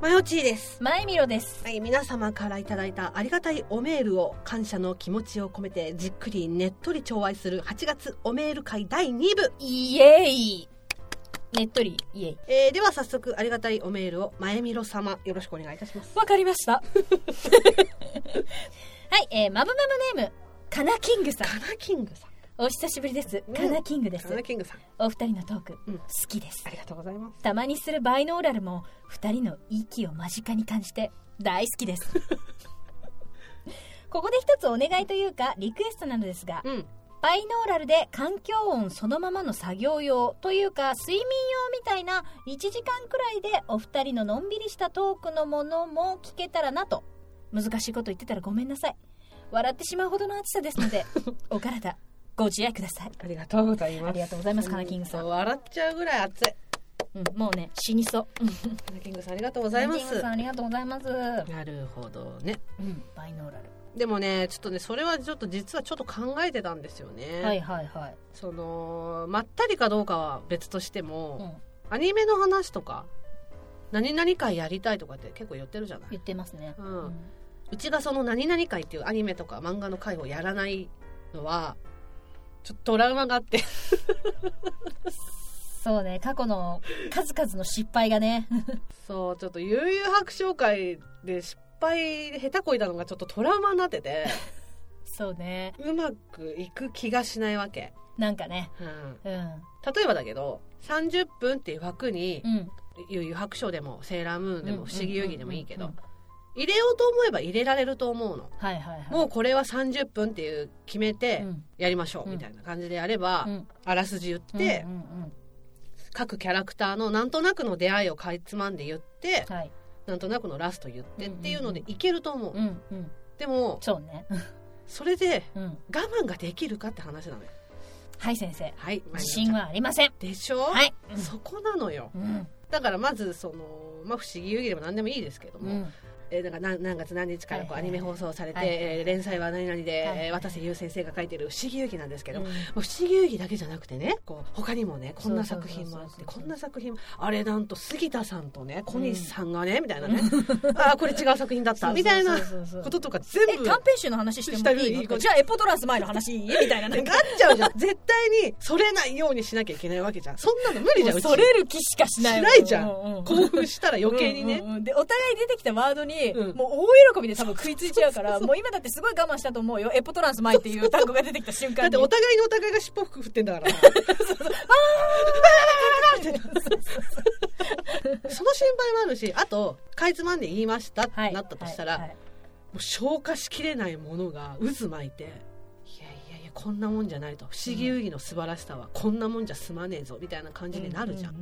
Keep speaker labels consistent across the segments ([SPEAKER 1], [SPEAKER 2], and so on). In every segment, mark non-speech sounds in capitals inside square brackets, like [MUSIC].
[SPEAKER 1] マヨチーです
[SPEAKER 2] 前見ろです
[SPEAKER 1] はい皆様からいただいたありがたいおメールを感謝の気持ちを込めてじっくりねっとり調愛する8月おメール会第2部、
[SPEAKER 2] イエイねっとりイエイ
[SPEAKER 1] えーでは早速ありがたいおメールを前みろ様よろしくお願いいたします
[SPEAKER 2] わかりま [LAUGHS] したはいえー、マブマブネームカナキングさん
[SPEAKER 1] カナキングさん
[SPEAKER 2] お久しぶりです
[SPEAKER 1] うん
[SPEAKER 2] カナキングです、
[SPEAKER 1] カナキングさん
[SPEAKER 2] お二人のトーク、
[SPEAKER 1] うん
[SPEAKER 2] 好きです
[SPEAKER 1] ありがとうございます
[SPEAKER 2] たまにするバイノーラルも二人の息を間近に感じて大好
[SPEAKER 1] [LAUGHS]
[SPEAKER 2] きですここで一つお願いというかリクエストなのですが
[SPEAKER 1] うん
[SPEAKER 2] バイノーラルで環境音そのままの作業用というか睡眠用みたいな1時間くらいでお二人ののんびりしたトークのものも聞けたらなと難しいこと言ってたらごめんなさい笑ってしまうほどの暑さですのでお体 [LAUGHS] ご自愛ください
[SPEAKER 1] ありがとうございます
[SPEAKER 2] ありがとうございますカナキングさん
[SPEAKER 1] う笑っちゃうぐらい熱い
[SPEAKER 2] うん、もうね死にそううん
[SPEAKER 1] カナキングさんありがとうございま
[SPEAKER 2] ジング
[SPEAKER 1] す
[SPEAKER 2] さんありがとうございます、う
[SPEAKER 1] なるほどね
[SPEAKER 2] ん、バイノーラ
[SPEAKER 1] でもねちょっとねそれはちょっと実はちょっと考えてたんですよね、
[SPEAKER 2] ルはいはいはい、
[SPEAKER 1] そのまったりかどうかは別として
[SPEAKER 2] う
[SPEAKER 1] も、
[SPEAKER 2] ん、
[SPEAKER 1] アニメの話とか何々会やりたいとかって結構言ってるじゃない
[SPEAKER 2] 言ってますね
[SPEAKER 1] うんうちがその何々会っていうアニメとか漫画の会をやらないのはちょっとトラウマがあって [LAUGHS]
[SPEAKER 2] そうね過去の数々の失敗がね [LAUGHS]
[SPEAKER 1] そうちょっと悠々白書会で失敗下手こいたのがちょっとトラウマになってて [LAUGHS]
[SPEAKER 2] そうね
[SPEAKER 1] うまくいく気がしないわけ、
[SPEAKER 2] なんかね
[SPEAKER 1] うん、
[SPEAKER 2] うん
[SPEAKER 1] 例えばだけど30分っていう枠に
[SPEAKER 2] うん
[SPEAKER 1] 悠々白書でもセーラームーンでも不思議遊戯でもいいけ
[SPEAKER 2] う
[SPEAKER 1] ど
[SPEAKER 2] んうんうん
[SPEAKER 1] 入れようと思えば入れられると思うの
[SPEAKER 2] はいはいはい
[SPEAKER 1] もうこれは30分っていう決めて
[SPEAKER 2] うん
[SPEAKER 1] やりましょう
[SPEAKER 2] うん
[SPEAKER 1] みたいな感じでやれば、
[SPEAKER 2] うん
[SPEAKER 1] あらすじ言って、
[SPEAKER 2] うんうん
[SPEAKER 1] 各キャラクターのなんとなくの出会いをかいつまんで言って
[SPEAKER 2] うんはい
[SPEAKER 1] なんとなくのラスト言ってっ
[SPEAKER 2] うんうんうん
[SPEAKER 1] ていうのでいけると思う、
[SPEAKER 2] うんうん
[SPEAKER 1] でも
[SPEAKER 2] そうね
[SPEAKER 1] それで
[SPEAKER 2] うん
[SPEAKER 1] 我慢ができるかって話なのよ
[SPEAKER 2] はい先生
[SPEAKER 1] はいまゆみ
[SPEAKER 2] 自
[SPEAKER 1] ちゃん
[SPEAKER 2] 信はありません
[SPEAKER 1] でしょ、
[SPEAKER 2] はい
[SPEAKER 1] そこなのよ
[SPEAKER 2] うん
[SPEAKER 1] だからまずその、まあ、不思議遊戯でも何でもいいですけど
[SPEAKER 2] う
[SPEAKER 1] も、
[SPEAKER 2] ん
[SPEAKER 1] えーなんか何何月何日からこう
[SPEAKER 2] は
[SPEAKER 1] ア
[SPEAKER 2] いは
[SPEAKER 1] ニ
[SPEAKER 2] い
[SPEAKER 1] メ放送されて、
[SPEAKER 2] はいはい
[SPEAKER 1] えー連載は何々で、
[SPEAKER 2] はいはい
[SPEAKER 1] えー渡瀬優先生が書いてる「不思議遊戯」なんですけど、
[SPEAKER 2] う
[SPEAKER 1] も
[SPEAKER 2] ん
[SPEAKER 1] う不思議遊戯だけじゃなくてねこう他にもねこんな作品もあっ
[SPEAKER 2] そうそ
[SPEAKER 1] て
[SPEAKER 2] うそうそう
[SPEAKER 1] こんな作品もあれなんと杉田さんとね小西さんがね、みたいなねああこれ違う作品だったみたいな
[SPEAKER 2] そうそうそうそう
[SPEAKER 1] こととか全
[SPEAKER 2] え
[SPEAKER 1] 部
[SPEAKER 2] 短編集の話してもい
[SPEAKER 1] した
[SPEAKER 2] い
[SPEAKER 1] いい
[SPEAKER 2] の
[SPEAKER 1] い
[SPEAKER 2] じゃあエポトランス前の話いいみたいななん
[SPEAKER 1] な
[SPEAKER 2] か
[SPEAKER 1] っちゃうじゃん絶対にそれないようにしなきゃいけないわけじゃんそんなの無理じゃん
[SPEAKER 2] もう
[SPEAKER 1] うち
[SPEAKER 2] それる気しかしない
[SPEAKER 1] しないじゃん
[SPEAKER 2] ううう
[SPEAKER 1] 興奮したら余計にね、
[SPEAKER 2] うんうんうんでお互い出てきたワードに、
[SPEAKER 1] うん
[SPEAKER 2] もう大喜びで多分食いついちゃうからもう今だってすごい我慢したと思うよエポトランス前っていう単語が出てきた瞬
[SPEAKER 1] だ
[SPEAKER 2] 間
[SPEAKER 1] って
[SPEAKER 2] に
[SPEAKER 1] お互いにお互いが尻尾振ってんだか
[SPEAKER 2] [LAUGHS]
[SPEAKER 1] ら。 [LAUGHS] その心配もあるし、あと、かいつまんで言いましたってなったとしたら、
[SPEAKER 2] はい
[SPEAKER 1] も
[SPEAKER 2] はいう
[SPEAKER 1] 消化しきれないものが渦巻いて、いやいやいや、こんなもんじゃないと。不思議遊戯の素晴らしさは、こんなもんじゃ済まねえぞ、みたいな感じになるじゃん。
[SPEAKER 2] う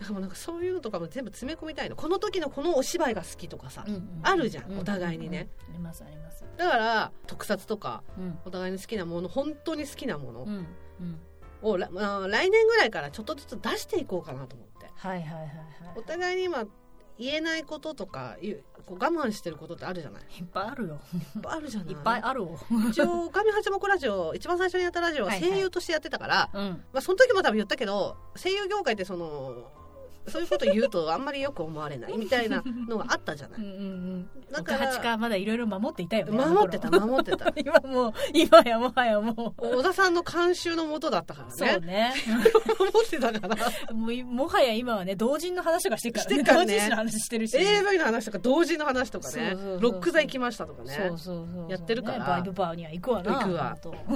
[SPEAKER 1] だか
[SPEAKER 2] ん
[SPEAKER 1] らもうなんかそういうのとかも全部詰め込みたいの。この時のこのお芝居が好きとかさ
[SPEAKER 2] うんうん、うんうん
[SPEAKER 1] あるじゃんお互いにね
[SPEAKER 2] うんうんうんありますあります
[SPEAKER 1] だから、特撮とか、
[SPEAKER 2] うん
[SPEAKER 1] お互いの好きなもの、本当に好きなもの
[SPEAKER 2] うんうん
[SPEAKER 1] をらあー来年ぐらいからちょっとずつ出していこうかなと思って
[SPEAKER 2] はいはいはいはい
[SPEAKER 1] お互いに今言えないこととかいうこう我慢してることってあるじゃない
[SPEAKER 2] いっぱいあるよ
[SPEAKER 1] いっぱいあるじゃない
[SPEAKER 2] いっぱいあるよ
[SPEAKER 1] 一応上八目ラジオ一番最初にやったラジオは
[SPEAKER 2] はいはい
[SPEAKER 1] 声優としてやってたから、
[SPEAKER 2] うん
[SPEAKER 1] まあ、その時も多分言ったけど声優業界ってそのそういうこと言うとあんまりよく思われないみたいなのがあったじゃな
[SPEAKER 2] うんう
[SPEAKER 1] い
[SPEAKER 2] んうん
[SPEAKER 1] だ
[SPEAKER 2] 岡
[SPEAKER 1] から
[SPEAKER 2] 八かまだいろいろ守っていたよね
[SPEAKER 1] 守ってた
[SPEAKER 2] あの頃 [LAUGHS]
[SPEAKER 1] 守ってた
[SPEAKER 2] 今もう今やもはやもう
[SPEAKER 1] 小田さんの監修のもとだったから
[SPEAKER 2] そ
[SPEAKER 1] ね
[SPEAKER 2] う
[SPEAKER 1] [LAUGHS]
[SPEAKER 2] ね
[SPEAKER 1] 守ってたから
[SPEAKER 2] も [LAUGHS] ういもはや今はね同人の話とかしてるから
[SPEAKER 1] してっからね
[SPEAKER 2] 同人誌の話してるし
[SPEAKER 1] AV の話とか同時の話とかね
[SPEAKER 2] そうそうそうそう
[SPEAKER 1] ロック座行きましたとかね
[SPEAKER 2] そうそうそうそう
[SPEAKER 1] やってるから
[SPEAKER 2] ねバイブバーには行くわな
[SPEAKER 1] 行くわ
[SPEAKER 2] と
[SPEAKER 1] も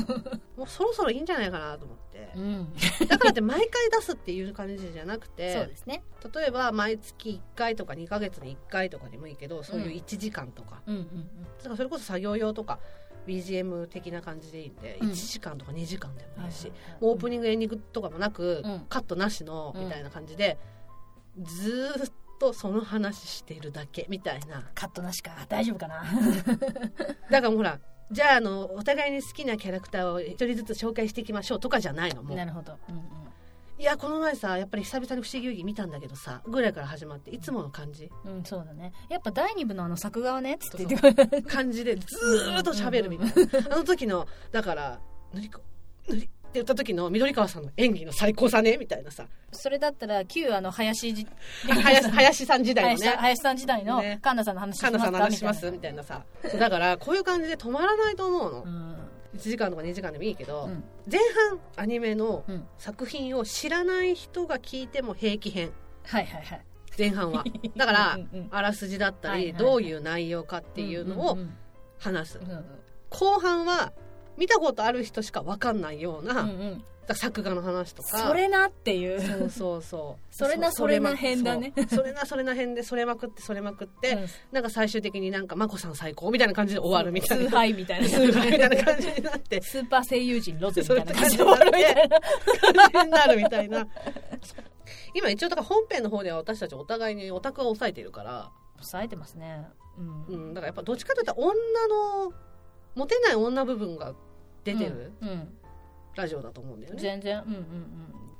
[SPEAKER 1] うそろそろいいんじゃないかなと思って
[SPEAKER 2] うん
[SPEAKER 1] だからって毎回出すっていう感じじゃなく
[SPEAKER 2] そう
[SPEAKER 1] て
[SPEAKER 2] ですね
[SPEAKER 1] 例えば毎月1回とか2ヶ月に1回とかでもいいけどそういう1時間とか,、
[SPEAKER 2] うんうん
[SPEAKER 1] だからそれこそ作業用とか BGM 的な感じでいいんで、
[SPEAKER 2] うん
[SPEAKER 1] 1時間とか2時間で
[SPEAKER 2] うん
[SPEAKER 1] もいいし、もうオープ
[SPEAKER 2] ン
[SPEAKER 1] ニングエンディングとかもなく、
[SPEAKER 2] うん
[SPEAKER 1] カットなしのみたいな感じで、ずーっとその話してるだけみたいな
[SPEAKER 2] カットなしか大丈夫かな
[SPEAKER 1] だからほらじゃああのお互いに好きなキャラクターを一人ずつ紹介していきましょうとかじゃないのもう
[SPEAKER 2] なるほどうんうん
[SPEAKER 1] いやこの前さやっぱり久々に「不思議遊戯」見たんだけどさぐらいから始まっていつもの感じ
[SPEAKER 2] うん、そうだねやっぱ第2部のあの作画はねつって
[SPEAKER 1] そう
[SPEAKER 2] 言って
[SPEAKER 1] 感じでずーっと喋るみたいなあの時のだから「何か何言った時の緑川さんの演技の最高さねみたいなさ
[SPEAKER 2] [LAUGHS] それだったら旧あの [LAUGHS] 林じ
[SPEAKER 1] 林林さん時代の
[SPEAKER 2] 林さん
[SPEAKER 1] ね
[SPEAKER 2] 林さん時代の
[SPEAKER 1] ね
[SPEAKER 2] 神田さんの話しま
[SPEAKER 1] カ
[SPEAKER 2] すか
[SPEAKER 1] ンナさんの話します
[SPEAKER 2] み
[SPEAKER 1] み
[SPEAKER 2] た
[SPEAKER 1] た
[SPEAKER 2] い
[SPEAKER 1] い
[SPEAKER 2] な
[SPEAKER 1] なさそうだからこういう感じで止まらないと思うの、
[SPEAKER 2] うん
[SPEAKER 1] 1時間とか2時間でもいいけど、
[SPEAKER 2] うん
[SPEAKER 1] 前半アニメの
[SPEAKER 2] うん
[SPEAKER 1] 作品を知らない人が聞いても平気編
[SPEAKER 2] はいはいはい
[SPEAKER 1] 前半
[SPEAKER 2] [LAUGHS]
[SPEAKER 1] はだから
[SPEAKER 2] うんうん
[SPEAKER 1] あらすじだったり、
[SPEAKER 2] はいはいはい
[SPEAKER 1] どういう内容かっていうのを
[SPEAKER 2] んん
[SPEAKER 1] 話す、
[SPEAKER 2] うんうん
[SPEAKER 1] 後半は見たことある人しか分かんないような、
[SPEAKER 2] うん
[SPEAKER 1] だから
[SPEAKER 2] うん
[SPEAKER 1] 作画の話とか
[SPEAKER 2] それなっていう
[SPEAKER 1] そうそうそう
[SPEAKER 2] それなそれな編だね
[SPEAKER 1] そうそれなそれな編でそれまくってそれまくって、
[SPEAKER 2] うん
[SPEAKER 1] なんか最終的になんか「眞子さん最高」みたいな感じで終わるみたい
[SPEAKER 2] 崇
[SPEAKER 1] な
[SPEAKER 2] 拝みたいな
[SPEAKER 1] 崇拝みたいな感じになって
[SPEAKER 2] スーパー声優陣ロゼみ
[SPEAKER 1] そ
[SPEAKER 2] た
[SPEAKER 1] う
[SPEAKER 2] いな感じで終わるみたいな
[SPEAKER 1] になるみたいな今一応だから本編の方では私たちお互いにオタクは抑えているから、
[SPEAKER 2] 抑えてますねうん
[SPEAKER 1] うん、だからやっぱどっちかというと女のモテない女部分が出てる
[SPEAKER 2] うん
[SPEAKER 1] ラジオだと思うんだ
[SPEAKER 2] う
[SPEAKER 1] よ
[SPEAKER 2] ん
[SPEAKER 1] ね、
[SPEAKER 2] 全然うんうんう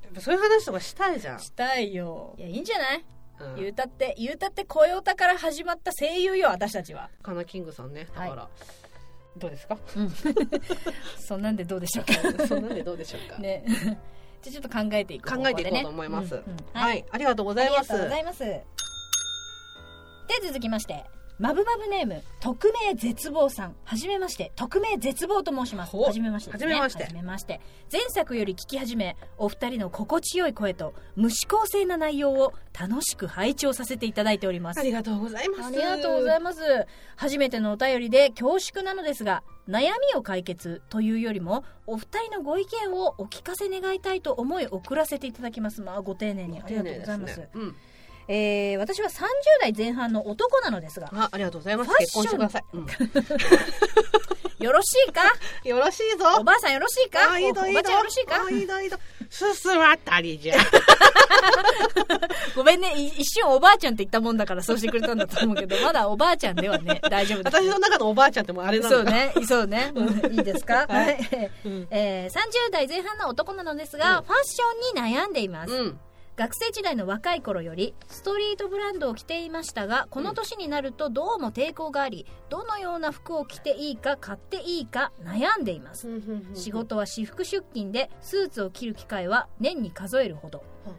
[SPEAKER 1] やっぱそういう話とかしたいじゃん
[SPEAKER 2] ん、したいよいやいいんじゃない
[SPEAKER 1] うん
[SPEAKER 2] 言うたって言うたって声オタから始まった声優よ私たちは
[SPEAKER 1] カナキングさんねだから、どうですか
[SPEAKER 2] そんなんでどうでしょう
[SPEAKER 1] [LAUGHS]
[SPEAKER 2] か
[SPEAKER 1] そんなんでどうでしょうか、
[SPEAKER 2] ね [LAUGHS] じゃあちょっと考えていこう
[SPEAKER 1] 考えていこう
[SPEAKER 2] こと
[SPEAKER 1] 思
[SPEAKER 2] で
[SPEAKER 1] い
[SPEAKER 2] ね
[SPEAKER 1] ます
[SPEAKER 2] うんうんはい
[SPEAKER 1] はい、ありがとうござ
[SPEAKER 2] あ
[SPEAKER 1] い
[SPEAKER 2] りが
[SPEAKER 1] ます
[SPEAKER 2] とうございますで続きましてまぶまぶネーム匿名絶望さんはじめまして匿名絶望と申します
[SPEAKER 1] ほう
[SPEAKER 2] はじめましてですね
[SPEAKER 1] はじめまして
[SPEAKER 2] はじめまして前作より聞き始めお二人の心地よい声と無視構性な内容を楽しく拝聴させていただいております
[SPEAKER 1] ありがとうございます
[SPEAKER 2] ありがとうござい
[SPEAKER 1] ま
[SPEAKER 2] ます初めてのお便りで恐縮なのですが悩みを解決というよりもお二人のご意見をお聞かせ願いたいと思い送らせていただきますまあご丁寧にありがとうございます
[SPEAKER 1] うん、
[SPEAKER 2] えー私は30代前半の男なのですが
[SPEAKER 1] あありがとうございます
[SPEAKER 2] ファッ
[SPEAKER 1] 結
[SPEAKER 2] ション
[SPEAKER 1] 婚してください、うん
[SPEAKER 2] [LAUGHS] よろしいか
[SPEAKER 1] よろしいぞ
[SPEAKER 2] おばあさんよろしいか
[SPEAKER 1] あいいぞ
[SPEAKER 2] お
[SPEAKER 1] いいぞ
[SPEAKER 2] ばちゃんよろしいか
[SPEAKER 1] あいいぞいいぞ進まったり
[SPEAKER 2] [LAUGHS]
[SPEAKER 1] じゃ
[SPEAKER 2] ごめんねい一瞬おばあちゃんって言ったもんだからそうしてくれたんだと思うけどまだおばあちゃんではね大丈夫です
[SPEAKER 1] 私の中のおばあちゃんってもうあれな
[SPEAKER 2] そ
[SPEAKER 1] の
[SPEAKER 2] うねそ
[SPEAKER 1] [LAUGHS]
[SPEAKER 2] うね、うんいいですか、
[SPEAKER 1] はい
[SPEAKER 2] はい
[SPEAKER 1] うん
[SPEAKER 2] えー30代前半の男なのですが、
[SPEAKER 1] うん
[SPEAKER 2] ファッションに悩んでいます、
[SPEAKER 1] うん
[SPEAKER 2] 学生時代の若い頃よりストリートブランドを着ていましたがこの年になるとどうも抵抗がありどのような服を着ていいか買っていいか悩んでいます仕事は私服出勤でスーツを着る機会は年に数えるほど、
[SPEAKER 1] うん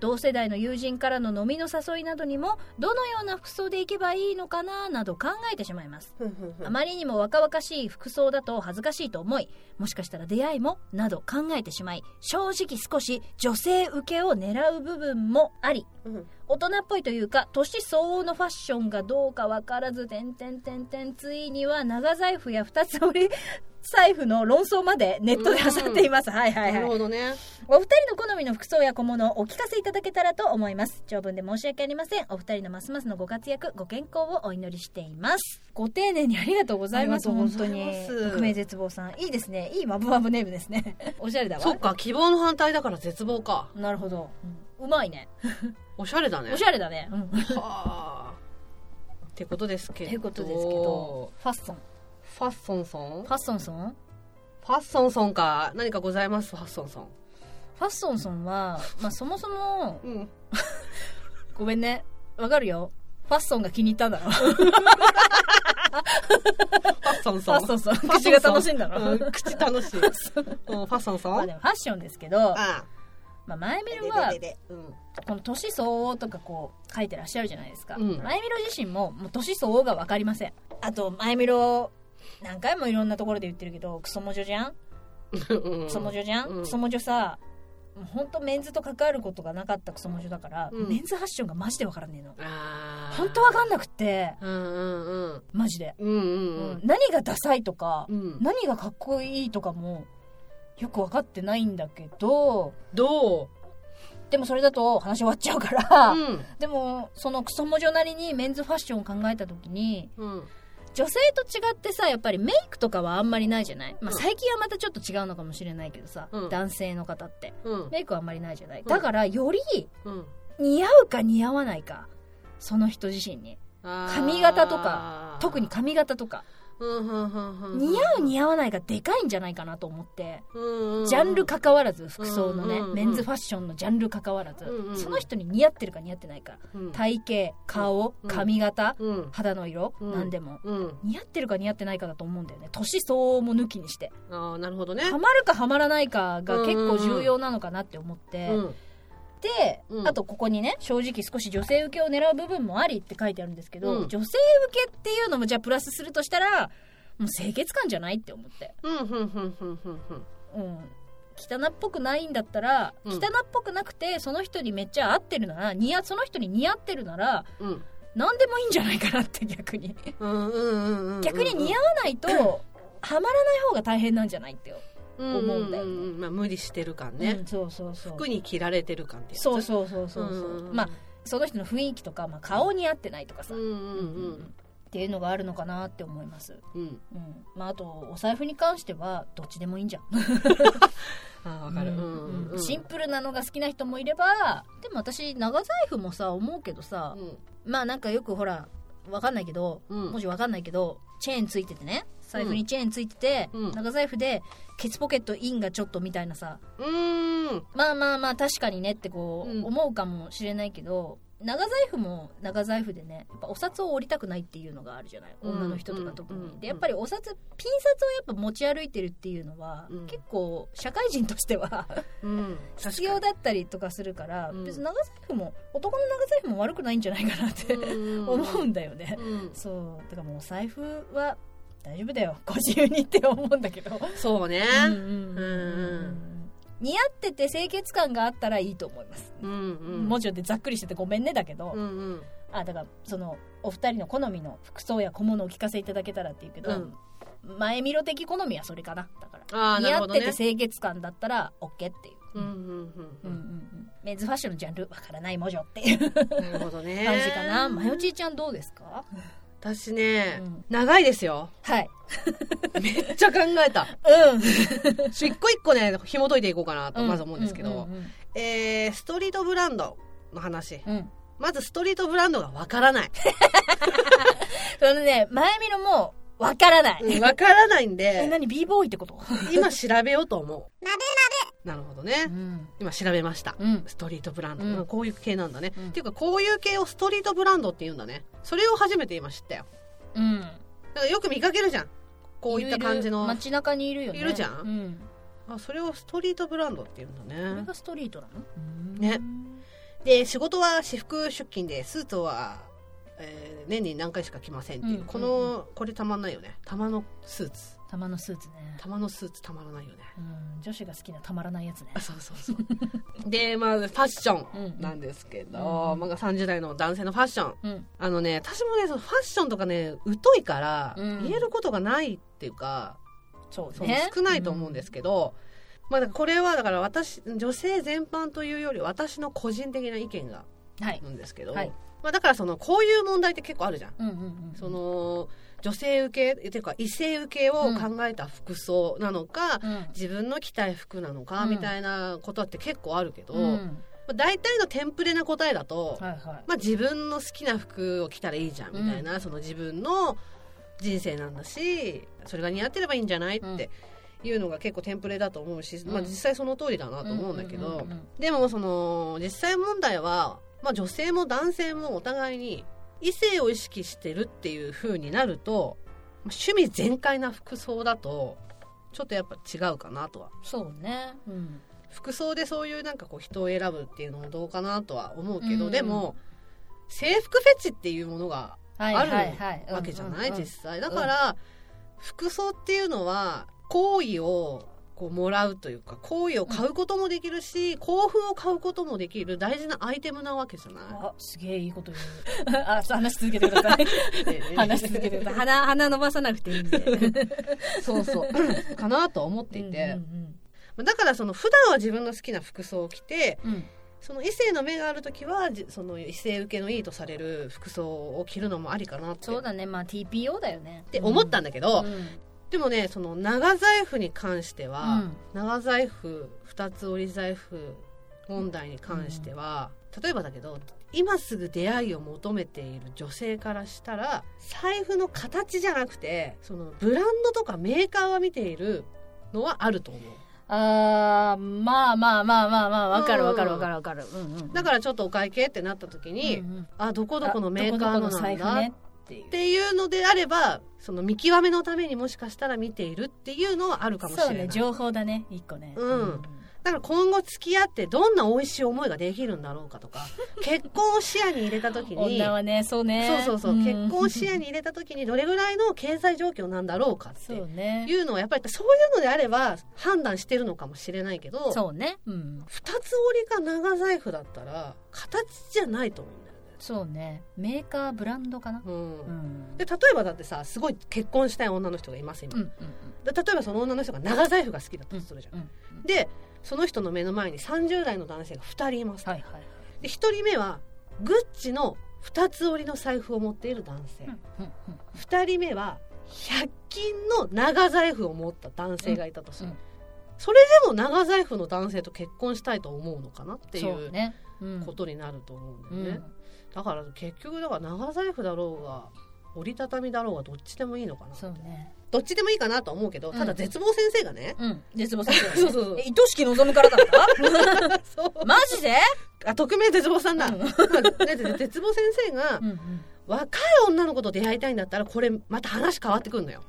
[SPEAKER 2] 同世代の友人からの飲みの誘いなどにもどのような服装で行けばいいのかななど考えてしまいます
[SPEAKER 1] うんうんうん
[SPEAKER 2] あまりにも若々しい服装だと恥ずかしいと思いもしかしたら出会いもなど考えてしまい正直少し女性受けを狙う部分もあり
[SPEAKER 1] うん
[SPEAKER 2] 大人っぽいというか年相応のファッションがどうかわからず点々点々ついには長財布や二つ折り財布の論争までネットで挟んでいます、はいはい
[SPEAKER 1] な
[SPEAKER 2] はい
[SPEAKER 1] るほどね
[SPEAKER 2] お二人の好みの服装や小物をお聞かせいただけたらと思います長文で申し訳ありませんお二人のますますのご活躍ご健康をお祈りしていますご丁寧にありがとうございます
[SPEAKER 1] ありが
[SPEAKER 2] 本
[SPEAKER 1] とうご
[SPEAKER 2] 当
[SPEAKER 1] ざい
[SPEAKER 2] に
[SPEAKER 1] ます
[SPEAKER 2] 匿名絶望さんいいですねいいマブマブネームですね [LAUGHS] おしゃれだわ
[SPEAKER 1] そっか希望の反対だから絶望か
[SPEAKER 2] なるほど、うまいね
[SPEAKER 1] おしゃれだね
[SPEAKER 2] おしゃれだね、うん、っ
[SPEAKER 1] はあってことですけど
[SPEAKER 2] てことですけどファッソン
[SPEAKER 1] ファッソンソン
[SPEAKER 2] ファッソンソン
[SPEAKER 1] ファッソンソンか何かございますファッソンソン
[SPEAKER 2] ファッソンソンは、まあ、そもそも
[SPEAKER 1] うん
[SPEAKER 2] ごめんねわかるよファッソンが気に入ったんだろ
[SPEAKER 1] ファッソン
[SPEAKER 2] フ
[SPEAKER 1] ソン
[SPEAKER 2] ァッソンソン
[SPEAKER 1] ファッソ
[SPEAKER 2] [LAUGHS]
[SPEAKER 1] ン
[SPEAKER 2] 口
[SPEAKER 1] ソ
[SPEAKER 2] が
[SPEAKER 1] ン
[SPEAKER 2] 楽しいんだろ、
[SPEAKER 1] うん口楽しいうんファッソンソ
[SPEAKER 2] まあ
[SPEAKER 1] ン
[SPEAKER 2] でもファッションですけど、
[SPEAKER 1] あ
[SPEAKER 2] まあ、前見
[SPEAKER 1] で
[SPEAKER 2] るは
[SPEAKER 1] でででうん
[SPEAKER 2] この年相応とかこう書いてらっしゃるじゃないですか、
[SPEAKER 1] うん
[SPEAKER 2] 前見ろ自身ももう年相応が分かりませんあと前見ろ何回もいろんなところで言ってるけどクソモジョじゃん
[SPEAKER 1] うん
[SPEAKER 2] クソモジョじゃん、
[SPEAKER 1] うん
[SPEAKER 2] クソモジョさ本当メンズと関わることがなかったクソモジョだから、
[SPEAKER 1] うん
[SPEAKER 2] メンズファッションがマジで分からねえの
[SPEAKER 1] あ
[SPEAKER 2] 本当分かんなくって
[SPEAKER 1] うんうんうん
[SPEAKER 2] マジで、
[SPEAKER 1] うんう
[SPEAKER 2] う
[SPEAKER 1] んん
[SPEAKER 2] 何がダサいとか、
[SPEAKER 1] うん
[SPEAKER 2] 何がかっこいいとかもよく分かってないんだけど
[SPEAKER 1] どう
[SPEAKER 2] でもそれだと話終わっちゃうから、
[SPEAKER 1] うん
[SPEAKER 2] でもそのクソモジョなりにメンズファッションを考えた時に
[SPEAKER 1] うん
[SPEAKER 2] 女性と違ってさやっぱりメイクとかはあんまりないじゃない、まあ、
[SPEAKER 1] うん
[SPEAKER 2] 最近はまたちょっと違うのかもしれないけどさ、
[SPEAKER 1] うん
[SPEAKER 2] 男性の方って
[SPEAKER 1] うん
[SPEAKER 2] メイクはあんまりないじゃない
[SPEAKER 1] ん
[SPEAKER 2] だからより
[SPEAKER 1] うん
[SPEAKER 2] 似合うか似合わないかその人自身に
[SPEAKER 1] あー
[SPEAKER 2] 髪型とか特に髪型とか
[SPEAKER 1] うんうんうんうん
[SPEAKER 2] 似合う似合わないがでかいんじゃないかなと思って
[SPEAKER 1] うんうん
[SPEAKER 2] ジャンル関わらず服装の
[SPEAKER 1] う
[SPEAKER 2] ね
[SPEAKER 1] んうんうん
[SPEAKER 2] メンズファッションのジャンル関わらず
[SPEAKER 1] うんうん
[SPEAKER 2] その人に似合ってるか似合ってないか
[SPEAKER 1] うん
[SPEAKER 2] 体型顔
[SPEAKER 1] うん
[SPEAKER 2] 髪型
[SPEAKER 1] うん
[SPEAKER 2] 肌の色
[SPEAKER 1] うん
[SPEAKER 2] 何でも
[SPEAKER 1] うん
[SPEAKER 2] 似合ってるか似合ってないかだと思うんだよね年相応も抜きにして
[SPEAKER 1] ああなるほどね
[SPEAKER 2] ハマるかハマらないかが結構重要なのかなって思って
[SPEAKER 1] うん
[SPEAKER 2] で
[SPEAKER 1] うん
[SPEAKER 2] あとここにね正直少し女性受けを狙う部分もありって書いてあるんですけど
[SPEAKER 1] うん
[SPEAKER 2] 女性受けっていうのもじゃあプラスするとしたらもう清潔感じゃないって思って。
[SPEAKER 1] うんうんうんうんうんうん
[SPEAKER 2] うん、汚っぽくないんだったら、
[SPEAKER 1] うん
[SPEAKER 2] 汚っぽくなくてその人にめっちゃ合ってるなら似合その人に似合ってるなら
[SPEAKER 1] うん
[SPEAKER 2] 何でもいいんじゃないかなって逆に
[SPEAKER 1] うんうんうんうんうん
[SPEAKER 2] 逆に似合わないと、はまらない方が大変なんじゃないってよ、思うんだよね
[SPEAKER 1] んんまあ無理してる感ね
[SPEAKER 2] うんそうそうそう
[SPEAKER 1] 服に着られてる感ってやつ
[SPEAKER 2] そうそうそうそうそ
[SPEAKER 1] う
[SPEAKER 2] う
[SPEAKER 1] んうんうん
[SPEAKER 2] まあその人の雰囲気とか、まあ、顔に合ってないとかさ、
[SPEAKER 1] うんう
[SPEAKER 2] うんうん
[SPEAKER 1] ん
[SPEAKER 2] っていうのがあるのかなって思います、
[SPEAKER 1] うんうん
[SPEAKER 2] うんまあ、あとお財布に関してはどっちでもいいんじゃん
[SPEAKER 1] ああわかる
[SPEAKER 2] う
[SPEAKER 1] うんんうん
[SPEAKER 2] シンプルなのが好きな人もいればでも私長財布もさ思うけどさ、まあなんかよくほらわかんないけど、
[SPEAKER 1] うんうん
[SPEAKER 2] もしわかんないけどチェーンついててね財布にチェーンついてて、
[SPEAKER 1] うん
[SPEAKER 2] 長財布でケツポケットインがちょっとみたいなさ
[SPEAKER 1] うーん
[SPEAKER 2] まあまあまあ確かにねってこう
[SPEAKER 1] うん
[SPEAKER 2] 思うかもしれないけど、長財布も長財布でねやっぱお札を折りたくないっていうのがあるじゃない
[SPEAKER 1] うん
[SPEAKER 2] 女の人とか特に、
[SPEAKER 1] うん
[SPEAKER 2] でやっぱりお札ピン札をやっぱ持ち歩いてるっていうのは、
[SPEAKER 1] うん
[SPEAKER 2] 結構社会人としては [LAUGHS]
[SPEAKER 1] うん
[SPEAKER 2] 必要だったりとかするから、
[SPEAKER 1] うん
[SPEAKER 2] 別に長財布も男の長財布も悪くないんじゃないかなって、 [LAUGHS] 思うんだよね、
[SPEAKER 1] うん
[SPEAKER 2] そうだからもうお財布は大丈夫だよご自由にって思うんだけど
[SPEAKER 1] そうね
[SPEAKER 2] うんうんう
[SPEAKER 1] う
[SPEAKER 2] ん
[SPEAKER 1] んうん
[SPEAKER 2] 似合ってて清潔感があったらいいと思います、
[SPEAKER 1] うんうん
[SPEAKER 2] 文字でざっくりしててごめんねだけど、
[SPEAKER 1] うんうん
[SPEAKER 2] あだからそのお二人の好みの服装や小物をお聞かせいただけたらっていうけど、
[SPEAKER 1] うん
[SPEAKER 2] 前見ろ的好みはそれかなだから
[SPEAKER 1] ああ
[SPEAKER 2] 似
[SPEAKER 1] なる
[SPEAKER 2] 合
[SPEAKER 1] ほ
[SPEAKER 2] っ
[SPEAKER 1] ど
[SPEAKER 2] てて
[SPEAKER 1] ね
[SPEAKER 2] 清潔感だったら OK っていう、
[SPEAKER 1] うんうん
[SPEAKER 2] う
[SPEAKER 1] うん
[SPEAKER 2] うん
[SPEAKER 1] ん
[SPEAKER 2] うん、メンズファッションのジャンルわからない文字っていう感
[SPEAKER 1] うんなるほどね
[SPEAKER 2] じかな、まよちーちゃんどうですか、
[SPEAKER 1] 私
[SPEAKER 2] う
[SPEAKER 1] ね
[SPEAKER 2] ん、
[SPEAKER 1] 長いですよ
[SPEAKER 2] はい
[SPEAKER 1] めっちゃ考え
[SPEAKER 2] [LAUGHS]
[SPEAKER 1] た
[SPEAKER 2] うん
[SPEAKER 1] ちょ一個一個ね紐解いていこうかなとまず思うんですけ
[SPEAKER 2] う
[SPEAKER 1] ど
[SPEAKER 2] んうん
[SPEAKER 1] えーストリートブランドの話
[SPEAKER 2] うんうん
[SPEAKER 1] まずストリートブランドがわからない
[SPEAKER 2] そのね前見ろもわからない、
[SPEAKER 1] うんわからないん
[SPEAKER 2] え [LAUGHS]
[SPEAKER 1] で
[SPEAKER 2] 何 b ボーイってこと、
[SPEAKER 1] 今調べようと思うなるほどね
[SPEAKER 2] ん
[SPEAKER 1] 今調べました
[SPEAKER 2] うん、
[SPEAKER 1] ストリートブランド、
[SPEAKER 2] うん
[SPEAKER 1] うんこういう系なんだね、
[SPEAKER 2] うん
[SPEAKER 1] っていうかこういう系をストリートブランドって言うんだねそれを初めて今知ったよ
[SPEAKER 2] うん、
[SPEAKER 1] だからよく見かけるじゃんこういった感じの
[SPEAKER 2] いるいる街中にいるよね
[SPEAKER 1] いるじゃん
[SPEAKER 2] うん、
[SPEAKER 1] あそれをストリートブランドって言うん
[SPEAKER 2] こ
[SPEAKER 1] だ
[SPEAKER 2] れ
[SPEAKER 1] ね
[SPEAKER 2] がストリートなの
[SPEAKER 1] ねで仕事は私服出勤でスーツは、えー年に何回しか着ませんっていう、
[SPEAKER 2] うん
[SPEAKER 1] このこれたまんないよね玉のスーツ
[SPEAKER 2] 玉のスーツね、
[SPEAKER 1] 玉のスーツたまらないよね
[SPEAKER 2] うん、女子が好きなたまらないやつね
[SPEAKER 1] あそうそうそうでまあファッショ
[SPEAKER 2] うん
[SPEAKER 1] ンなんですけど、
[SPEAKER 2] うん
[SPEAKER 1] まあ、30代の男性のファッション
[SPEAKER 2] うん
[SPEAKER 1] あのね私もねそのファッションとかね疎いから、
[SPEAKER 2] うん
[SPEAKER 1] 言えることがないっていうか
[SPEAKER 2] そう
[SPEAKER 1] そう
[SPEAKER 2] ね
[SPEAKER 1] 少ないと思うんですけど、まあだからこれはだから私女性全般というより私の個人的な意見が
[SPEAKER 2] うんはい
[SPEAKER 1] あるんですけど、
[SPEAKER 2] はい
[SPEAKER 1] まあ、だからそのこういう問題って結構あるじゃん。
[SPEAKER 2] うんうんうん
[SPEAKER 1] その女性受けっていうか異性受けを考えた服装なのか、
[SPEAKER 2] うん
[SPEAKER 1] 自分の着たい服なのか
[SPEAKER 2] うん
[SPEAKER 1] みたいなことって結構あるけど、
[SPEAKER 2] う
[SPEAKER 1] ま
[SPEAKER 2] ん
[SPEAKER 1] あ、大体のテンプレな答えだと、
[SPEAKER 2] はいはい
[SPEAKER 1] まあ、自分の好きな服を着たらいいじゃんみたいな、その自分の人生なんだしそれが似合ってればいいんじゃないっていうのが結構テンプレだと思うし、
[SPEAKER 2] ん
[SPEAKER 1] まあ、実際その通りだなと思うんだけど、
[SPEAKER 2] うんうん
[SPEAKER 1] でもその実際問題は、まあ、女性も男性もお互いに異性を意識してるっていう風になるとまあ趣味全開な服装だとちょっとやっぱ違うかなとは
[SPEAKER 2] そうね、うん、
[SPEAKER 1] 服装でそういうなんかこう人を選ぶっていうのもどうかなとは思うけど、
[SPEAKER 2] うん
[SPEAKER 1] でも制服フェチっていうものが
[SPEAKER 2] はい
[SPEAKER 1] ある
[SPEAKER 2] はいはい
[SPEAKER 1] わけじゃない、
[SPEAKER 2] うんうんうん
[SPEAKER 1] 実際だから、服装っていうのは好意をこうもらうというか好意を買うこともできるし、興奮を買うこともできる大事なアイテムなわけじゃな
[SPEAKER 2] あすげえいいこと言う [LAUGHS] あ話し続けてください
[SPEAKER 1] [LAUGHS] い、ねえねえ
[SPEAKER 2] [LAUGHS] 話し続けてください鼻鼻伸ばさなくていいん [LAUGHS] で
[SPEAKER 1] そう
[SPEAKER 2] [LAUGHS]
[SPEAKER 1] そうかなとは思っていて、
[SPEAKER 2] うん
[SPEAKER 1] だからその普段は自分の好きな服装を着て
[SPEAKER 2] うんうん
[SPEAKER 1] その異性の目がある時はじその異性受けのいいとされる服装を着るのもありかなって
[SPEAKER 2] そうだねまあ TPO だよね
[SPEAKER 1] って思ったんだけど、
[SPEAKER 2] うん
[SPEAKER 1] でもねその長財布に関して
[SPEAKER 2] う
[SPEAKER 1] は、
[SPEAKER 2] ん
[SPEAKER 1] 長財布2つ折り財布問題に関しては、例えばだけど今すぐ出会いを求めている女性からしたら財布の形じゃなくてそのブランドとかメーカーは見ているのはあると思う
[SPEAKER 2] あーまあまあまあまあまあわかるわかるわかるわかる、うんうん、
[SPEAKER 1] だからちょっとお会計ってなった時に、
[SPEAKER 2] うんうん
[SPEAKER 1] あどこどこのメーカーの
[SPEAKER 2] どこど
[SPEAKER 1] な
[SPEAKER 2] こ財
[SPEAKER 1] ん
[SPEAKER 2] 布
[SPEAKER 1] だ
[SPEAKER 2] ねっていう
[SPEAKER 1] っていうのであればその見極めのためにもしかしたら見ているっていうのはあるかもしれ
[SPEAKER 2] そう
[SPEAKER 1] ない、
[SPEAKER 2] ね情報だね一個ね
[SPEAKER 1] うんだから今後付き合ってどんな美味しい思いができるんだろうかとか結婚を視野に入れた時に
[SPEAKER 2] [LAUGHS] 女はねそうね
[SPEAKER 1] そうそうそう、
[SPEAKER 2] ん
[SPEAKER 1] 結婚を視野に入れた時にどれぐらいの経済状況なんだろうかって
[SPEAKER 2] そ
[SPEAKER 1] いう
[SPEAKER 2] ね
[SPEAKER 1] うのはやっぱりそういうのであれば判断してるのかもしれないけど
[SPEAKER 2] そうねうん
[SPEAKER 1] 二つ折りか長財布だったら形じゃないと思うんだよね。
[SPEAKER 2] そうねメーカーブランドかな
[SPEAKER 1] うん
[SPEAKER 2] うん
[SPEAKER 1] で例えばだってさすごい結婚したい女の人がいます今、
[SPEAKER 2] うんうん
[SPEAKER 1] で例えばその女の人が長財布が好きだったとするじゃん、
[SPEAKER 2] うんうん
[SPEAKER 1] でその人の目の前に30代の男性が2人います、
[SPEAKER 2] はいはい
[SPEAKER 1] で1人目はグッチの2つ折りの財布を持っている男性、
[SPEAKER 2] うんうんうん
[SPEAKER 1] 2人目は100均の長財布を持った男性がいたとする、
[SPEAKER 2] うんうん
[SPEAKER 1] それでも長財布の男性と結婚したいと思うのかなってい
[SPEAKER 2] そう
[SPEAKER 1] う
[SPEAKER 2] ねうん
[SPEAKER 1] ことになると思うんだ
[SPEAKER 2] う
[SPEAKER 1] よね、
[SPEAKER 2] ん
[SPEAKER 1] だから結局だから長財布だろうが折りたたみだろうがどっちでもいいのかな
[SPEAKER 2] そうね
[SPEAKER 1] どっちでもいいかなとは思うけどただ絶望先生が
[SPEAKER 2] [LAUGHS]
[SPEAKER 1] ね、
[SPEAKER 2] うん絶望させ
[SPEAKER 1] [LAUGHS] そうそうそう
[SPEAKER 2] え愛しき望むからだった
[SPEAKER 1] [LAUGHS] そう
[SPEAKER 2] マジで
[SPEAKER 1] あ匿名絶望さんだ、
[SPEAKER 2] うん
[SPEAKER 1] まあだって絶望先生が
[SPEAKER 2] うんうん
[SPEAKER 1] 若い女の子と出会いたいんだったらこれまた話変わってくるのよ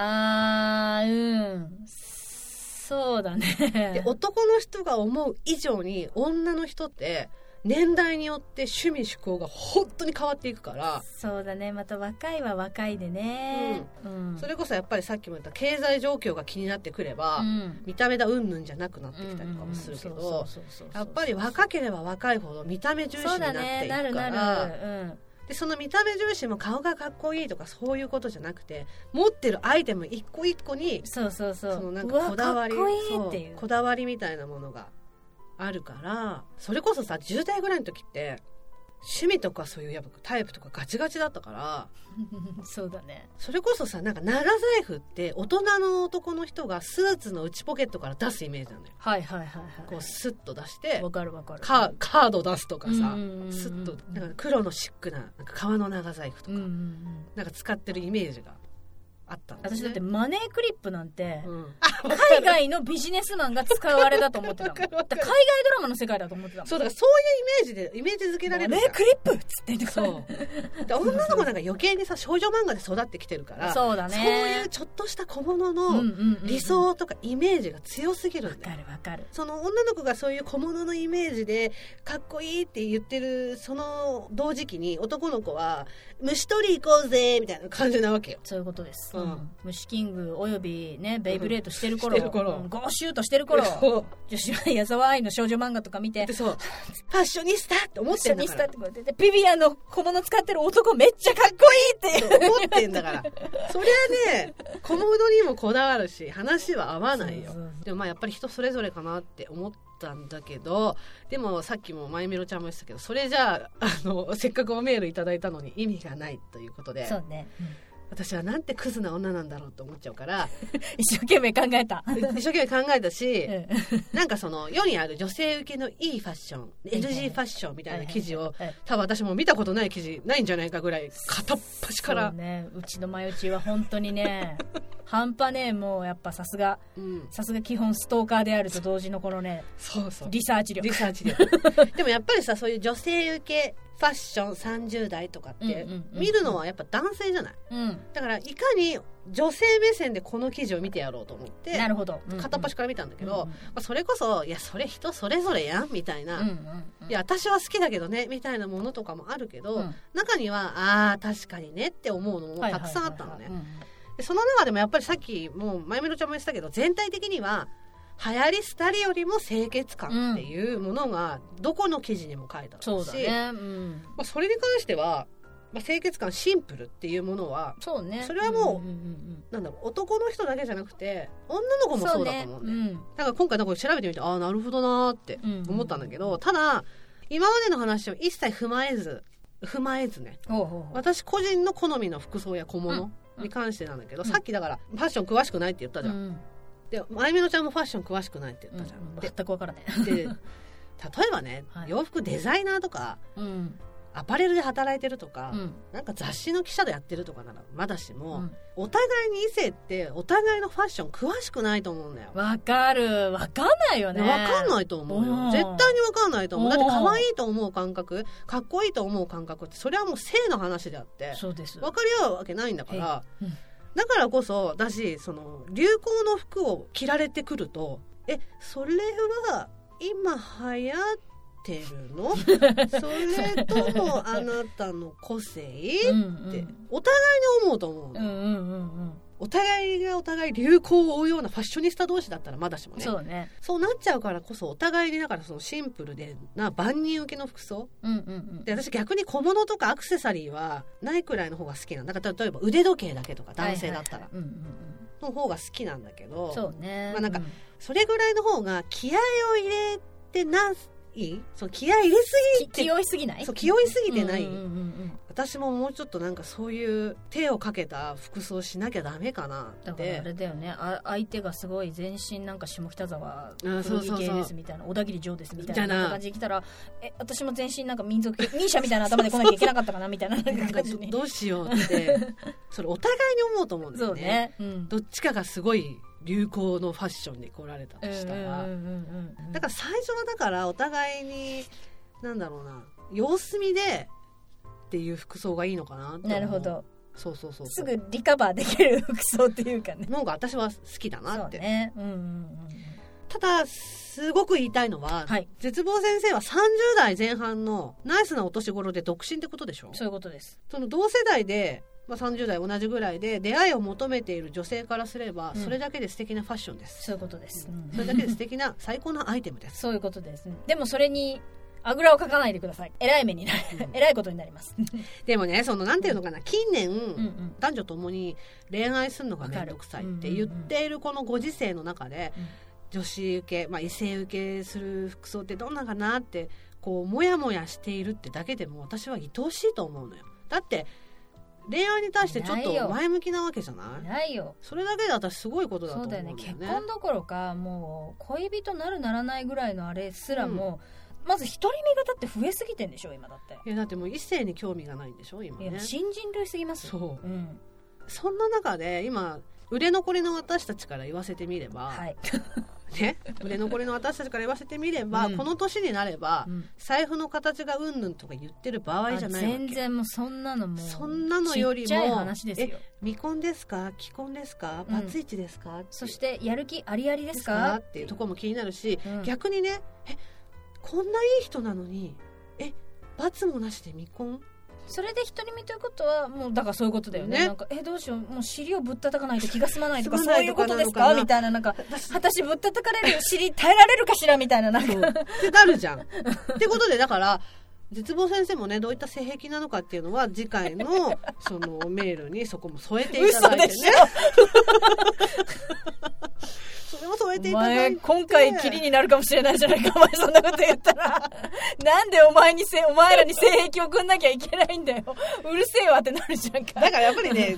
[SPEAKER 2] あー、うん。そうだ
[SPEAKER 1] で
[SPEAKER 2] ね。
[SPEAKER 1] 男の人が思う以上に女の人って年代によって趣味趣向が本当に変わっていくから、
[SPEAKER 2] そうだね。また若いは若いでね。うん。
[SPEAKER 1] それこそやっぱりさっきも言った経済状況が気になってくれば、
[SPEAKER 2] うん。
[SPEAKER 1] 見た目だうんぬんじゃなくなってきたりとかもするけど、やっぱり若ければ若いほど見た目重視
[SPEAKER 2] そう
[SPEAKER 1] にな
[SPEAKER 2] だ
[SPEAKER 1] って
[SPEAKER 2] ね。
[SPEAKER 1] い
[SPEAKER 2] なる
[SPEAKER 1] くか
[SPEAKER 2] な
[SPEAKER 1] ら、
[SPEAKER 2] る。うん。
[SPEAKER 1] でその見た目重視も顔がかっこいいとかそういうことじゃなくて持ってるアイテム一個一個に
[SPEAKER 2] そうそうそ。
[SPEAKER 1] そうのなん
[SPEAKER 2] う
[SPEAKER 1] か
[SPEAKER 2] わ
[SPEAKER 1] こだわり
[SPEAKER 2] かっこいいってい
[SPEAKER 1] そうう。こだわりみたいなものがあるからそれこそさ10代ぐらいの時って趣味とかそういうやっぱタイプとかガチガチだったから
[SPEAKER 2] そうだね。
[SPEAKER 1] それこそさなんか長財布って大人の男の人がスーツの内ポケットから出すイメージなのよ
[SPEAKER 2] はいはいはい
[SPEAKER 1] こ
[SPEAKER 2] は
[SPEAKER 1] うスッと出して
[SPEAKER 2] い。わかるわかる。
[SPEAKER 1] カカード出すとかさ
[SPEAKER 2] うんうんうんうん
[SPEAKER 1] スッとなんか黒のシックななんか革の長財布と
[SPEAKER 2] うん
[SPEAKER 1] か
[SPEAKER 2] うんうん。
[SPEAKER 1] なんか使ってるイメージがあったんだよね
[SPEAKER 2] 私だってマネークリップなんて、
[SPEAKER 1] うん、
[SPEAKER 2] 海外のビジネスマンが使うあれだと思ってたもん。だ
[SPEAKER 1] わかる
[SPEAKER 2] から
[SPEAKER 1] わか
[SPEAKER 2] 海
[SPEAKER 1] る
[SPEAKER 2] 外ドラマの世界だと思ってたもん。
[SPEAKER 1] そうだからそういうイメージでイメージづけられる
[SPEAKER 2] マ
[SPEAKER 1] じ
[SPEAKER 2] ネ
[SPEAKER 1] ゃ
[SPEAKER 2] ー
[SPEAKER 1] ん
[SPEAKER 2] クリップっつってんの
[SPEAKER 1] そうで女の子なんか余計にさ少女漫画で育ってきてるから
[SPEAKER 2] そうだね。
[SPEAKER 1] そういうちょっとした小物の理
[SPEAKER 2] わ
[SPEAKER 1] 想とかイメージが強すぎるんだ
[SPEAKER 2] か
[SPEAKER 1] よ、
[SPEAKER 2] るわかる
[SPEAKER 1] その女の子がそういう小物のイメージでかっこいいって言ってるその同時期に男の子は虫取り行こうぜみたいな感じなわけよ
[SPEAKER 2] そういうことです、
[SPEAKER 1] うん
[SPEAKER 2] 虫キングおよびねベイブレードしてる頃,、
[SPEAKER 1] うんしてる頃
[SPEAKER 2] ゴーシュートしてる頃
[SPEAKER 1] そう
[SPEAKER 2] 女子は矢沢愛の少女漫画とか見て
[SPEAKER 1] で
[SPEAKER 2] [LAUGHS]
[SPEAKER 1] そうファッショニスタって思っ
[SPEAKER 2] 一
[SPEAKER 1] て
[SPEAKER 2] 緒
[SPEAKER 1] んだ
[SPEAKER 2] に
[SPEAKER 1] か
[SPEAKER 2] し
[SPEAKER 1] ら
[SPEAKER 2] たってことででビビアの小物使ってる男めっちゃかっこいいっていう
[SPEAKER 1] 思ってんだからそりゃね小物にもこだわるし話は合わないよ
[SPEAKER 2] そうそうそう
[SPEAKER 1] でもまあやっぱり人それぞれかなって思ったんだけどでもさっきもまゆみろちゃんも言ってたけどそれじゃああの [LAUGHS] せっかくおメールいただいたのに意味がないということで
[SPEAKER 2] そうね、
[SPEAKER 1] 私はなんてクズな女なんだろうと思っちゃうから [LAUGHS]
[SPEAKER 2] 一生懸命考えた
[SPEAKER 1] 一生懸命考えた [LAUGHS] し
[SPEAKER 2] え
[SPEAKER 1] なんかその世にある女性受けのいいファッション
[SPEAKER 2] いはいはい
[SPEAKER 1] LG ファッションみたいな記事を
[SPEAKER 2] え
[SPEAKER 1] 多分私も見たことない記事ないんじゃないかぐらい片っ端か
[SPEAKER 2] そ
[SPEAKER 1] ら
[SPEAKER 2] う、ねうちのマヨチーは本当
[SPEAKER 1] [LAUGHS]
[SPEAKER 2] にね半端ねもうやっぱさすが
[SPEAKER 1] うん、
[SPEAKER 2] さすが基本ストーカーであると同時のこのね
[SPEAKER 1] そうそう
[SPEAKER 2] リサーチ力
[SPEAKER 1] リサーチ
[SPEAKER 2] [LAUGHS]
[SPEAKER 1] 力でもやっぱりさそういう女性受けファッション30代とかって
[SPEAKER 2] うんうんうんうん
[SPEAKER 1] 見るのはやっぱ男性じゃない
[SPEAKER 2] うん
[SPEAKER 1] だからいかに女性目線でこの記事を見てやろうと思って
[SPEAKER 2] なるほど、
[SPEAKER 1] 片っ端から見たんだけど、
[SPEAKER 2] うんうん
[SPEAKER 1] まあ、それこそいやそれ人それぞれやんみたいな、
[SPEAKER 2] うんう
[SPEAKER 1] い
[SPEAKER 2] んうん
[SPEAKER 1] や私は好きだけどねみたいなものとかもあるけど、
[SPEAKER 2] うん
[SPEAKER 1] 中にはあー確かにねって思うのも
[SPEAKER 2] はいは
[SPEAKER 1] た
[SPEAKER 2] いはいは
[SPEAKER 1] くさんあ
[SPEAKER 2] い
[SPEAKER 1] ったのね
[SPEAKER 2] うんうん
[SPEAKER 1] でその中でもやっぱりさっきもうまゆみろちゃんも言ってたけど全体的には流行り廃りよりも清潔感っていうものがどこの記事にも書いてあ
[SPEAKER 2] そ
[SPEAKER 1] る
[SPEAKER 2] う
[SPEAKER 1] し、
[SPEAKER 2] だね、うん、
[SPEAKER 1] まあ、それに関しては、まあ、清潔感シンプルっていうものは
[SPEAKER 2] そうね
[SPEAKER 1] それはもうん
[SPEAKER 2] んん
[SPEAKER 1] なんだろう男の人だけじゃなくて女の子
[SPEAKER 2] うん
[SPEAKER 1] もそうだと思うんだよ、
[SPEAKER 2] ね
[SPEAKER 1] だから今回なんか調べてみてああなるほどなーって
[SPEAKER 2] うん
[SPEAKER 1] 思ったんだけど、ただ今までの話を一切踏まえず踏まえずね
[SPEAKER 2] うん、ほうほうほう
[SPEAKER 1] 私個人の好みの服装や小物
[SPEAKER 2] うん
[SPEAKER 1] に関してなんだけど、
[SPEAKER 2] うん
[SPEAKER 1] さっきだからファッション詳しくないって言ったじゃん
[SPEAKER 2] うん
[SPEAKER 1] で、まゆみのちゃんもファッション詳しくないって言
[SPEAKER 2] う
[SPEAKER 1] っ
[SPEAKER 2] ん
[SPEAKER 1] たじゃん。
[SPEAKER 2] 全く分からない
[SPEAKER 1] で、で例えばね、
[SPEAKER 2] はい
[SPEAKER 1] 洋服デザイナーとか
[SPEAKER 2] うん
[SPEAKER 1] アパレルで働いてるとか、
[SPEAKER 2] うん
[SPEAKER 1] なんか雑誌の記者でやってるとかならまだし
[SPEAKER 2] う
[SPEAKER 1] も、
[SPEAKER 2] ん
[SPEAKER 1] お互いに異性ってお互いのファッション詳しくないと思うんだよ。
[SPEAKER 2] わかるわかんないよね
[SPEAKER 1] わかんないと思う
[SPEAKER 2] うん
[SPEAKER 1] よ絶対にわかんないと思うだって
[SPEAKER 2] うん
[SPEAKER 1] 可愛いと思う感覚かっこいいと思う感覚ってそれはもう性の話であって
[SPEAKER 2] そうです
[SPEAKER 1] 分かり合うわけないんだから、
[SPEAKER 2] えうん
[SPEAKER 1] だからこそだしその流行の服を着られてくるとえそれは今流行ってる
[SPEAKER 2] [LAUGHS]
[SPEAKER 1] のそれともあなたの個性
[SPEAKER 2] う
[SPEAKER 1] っ
[SPEAKER 2] ん
[SPEAKER 1] てお互いに思うと思う
[SPEAKER 2] う
[SPEAKER 1] の、
[SPEAKER 2] んうんうんうん
[SPEAKER 1] お互いがお互い流行を追うようなファッショニスタ同士だったらまだしも
[SPEAKER 2] うん
[SPEAKER 1] ね
[SPEAKER 2] そうね
[SPEAKER 1] そうなっちゃうからこそお互いにだからそのシンプルでな万人受けの服装
[SPEAKER 2] うんうんうん
[SPEAKER 1] で私逆に小物とかアクセサリーはないくらいの方が好きなんだだから例えば腕時計だけとか男性だったら
[SPEAKER 2] はいはいはいうんうん
[SPEAKER 1] の方が好きなんだけど、
[SPEAKER 2] うんそうね
[SPEAKER 1] まあなんか
[SPEAKER 2] う
[SPEAKER 1] それぐらいの方が気合を入れてないその気合入れすぎ
[SPEAKER 2] き気負いすぎない
[SPEAKER 1] そう気負いすぎてない
[SPEAKER 2] うんうんうんうん
[SPEAKER 1] 私ももうちょっとなんかそういう手をかけた服装しなきゃダメかな
[SPEAKER 2] だ
[SPEAKER 1] っ
[SPEAKER 2] からあ
[SPEAKER 1] て
[SPEAKER 2] れだよねあ相手がすごい全身なんか下北沢
[SPEAKER 1] うんそうそうそう
[SPEAKER 2] 古着系ですみたいな小田切城ですみたいな
[SPEAKER 1] みたいな
[SPEAKER 2] 感じで来たらえ私も全身なんか民族系ミーシャみたいな頭で来なきゃいけなかったかなみたいな
[SPEAKER 1] [LAUGHS] な
[SPEAKER 2] なん
[SPEAKER 1] ん
[SPEAKER 2] か
[SPEAKER 1] か
[SPEAKER 2] 感じ
[SPEAKER 1] ど
[SPEAKER 2] に
[SPEAKER 1] どうしようって
[SPEAKER 2] [LAUGHS]
[SPEAKER 1] それお互いに思うと思うんだ
[SPEAKER 2] そ
[SPEAKER 1] よ
[SPEAKER 2] うねうん
[SPEAKER 1] どっちかがすごい流行のファッションで来られたとしたら、
[SPEAKER 2] うんうんうんうん
[SPEAKER 1] だから最初はだからお互いになんだろうな様子見でっていう服装がいいのかなって思う
[SPEAKER 2] なるほど
[SPEAKER 1] そうそうそう
[SPEAKER 2] すぐリカバーできる服装っていうかね
[SPEAKER 1] の方が私は好きだな
[SPEAKER 2] そ
[SPEAKER 1] っ
[SPEAKER 2] う
[SPEAKER 1] て、
[SPEAKER 2] ねうんうんうん
[SPEAKER 1] ただすごく言いたいのは、
[SPEAKER 2] はい
[SPEAKER 1] 絶望先生は30代前半のナイスなお年頃で独身ってことでしょ
[SPEAKER 2] そういうことです
[SPEAKER 1] その同世代で、まあ、30代同じぐらいで出会いを求めている女性からすれば、
[SPEAKER 2] うん
[SPEAKER 1] それだけで素敵なファッションです
[SPEAKER 2] そういうことです、うん
[SPEAKER 1] それだけで素敵な最高のアイテムです
[SPEAKER 2] そういうことですでもそれにあぐらをかかないでくださいえらい目になるえらいことになります
[SPEAKER 1] でもねそのなんていうのかな近年、
[SPEAKER 2] うんうん
[SPEAKER 1] 男女ともに恋愛するのが面倒くさいって言っているこのご時世の中で、
[SPEAKER 2] うん
[SPEAKER 1] 女子受け、まあ、異性受けする服装ってどんなかなってこうモヤモヤしているってだけでも私は愛おしいと思うのよだって恋愛に対してちょっ
[SPEAKER 2] ないよ
[SPEAKER 1] と前向きなわけじゃない
[SPEAKER 2] ないよ
[SPEAKER 1] それだけで私すごいことだと
[SPEAKER 2] そ
[SPEAKER 1] 思うだ
[SPEAKER 2] うんだ
[SPEAKER 1] よ
[SPEAKER 2] よね
[SPEAKER 1] ね
[SPEAKER 2] 結婚どころかもう恋人なるならないぐらいのあれすらも、まず独り身がだって増えすぎてんでしょ今だって、
[SPEAKER 1] いやだってもう異性に興味がないんでしょ今
[SPEAKER 2] い
[SPEAKER 1] ね
[SPEAKER 2] や新人類すぎますよ
[SPEAKER 1] そう
[SPEAKER 2] うん
[SPEAKER 1] そんな中で今売れ残りの私たちから言わせてみれば、
[SPEAKER 2] はい、
[SPEAKER 1] ね、売れ残りの私たちから言わせてみれば、
[SPEAKER 2] うん
[SPEAKER 1] この年になれば、
[SPEAKER 2] うん
[SPEAKER 1] 財布の形がうんぬんとか言ってる場合じゃないわけ
[SPEAKER 2] 全然もうそんなのもう
[SPEAKER 1] そんなのよりも
[SPEAKER 2] ちっちゃい話ですよ
[SPEAKER 1] 未婚ですか既婚ですか
[SPEAKER 2] うん
[SPEAKER 1] バツイチですか、
[SPEAKER 2] そしてやる気ありあり
[SPEAKER 1] て
[SPEAKER 2] で
[SPEAKER 1] ですすか
[SPEAKER 2] か
[SPEAKER 1] っていうところも気になるし、
[SPEAKER 2] うん
[SPEAKER 1] 逆にねえこんないい人なのにえ罰もなしで未婚
[SPEAKER 2] それで独り身ということはもうだからそういうことだよね
[SPEAKER 1] ね
[SPEAKER 2] なんかえどうしようもう尻をぶったたかないと気が済まないとか
[SPEAKER 1] 済ま
[SPEAKER 2] そ
[SPEAKER 1] な
[SPEAKER 2] う
[SPEAKER 1] い
[SPEAKER 2] いう
[SPEAKER 1] と
[SPEAKER 2] こ
[SPEAKER 1] か
[SPEAKER 2] とです
[SPEAKER 1] な
[SPEAKER 2] か
[SPEAKER 1] のかな
[SPEAKER 2] みたいななんか [LAUGHS] 私ぶったたかれる尻耐えられるかしらみたいななんか
[SPEAKER 1] そうってなるじゃん。ってことでだから絶望先生もねどういった性癖なのかっていうのは次回
[SPEAKER 2] [LAUGHS]
[SPEAKER 1] のそのメールにそこも添えていた
[SPEAKER 2] 嘘
[SPEAKER 1] だいて
[SPEAKER 2] で [LAUGHS]
[SPEAKER 1] ね
[SPEAKER 2] し
[SPEAKER 1] それも添えて
[SPEAKER 2] ょお
[SPEAKER 1] いただ
[SPEAKER 2] 前
[SPEAKER 1] いて
[SPEAKER 2] 今回キリになるかもしれないじゃないかお前そんなこと言った [LAUGHS] らなんでお前にせお前らに性癖送んなきゃいけないんだようるせえわってなるじゃんか
[SPEAKER 1] だからやっぱりね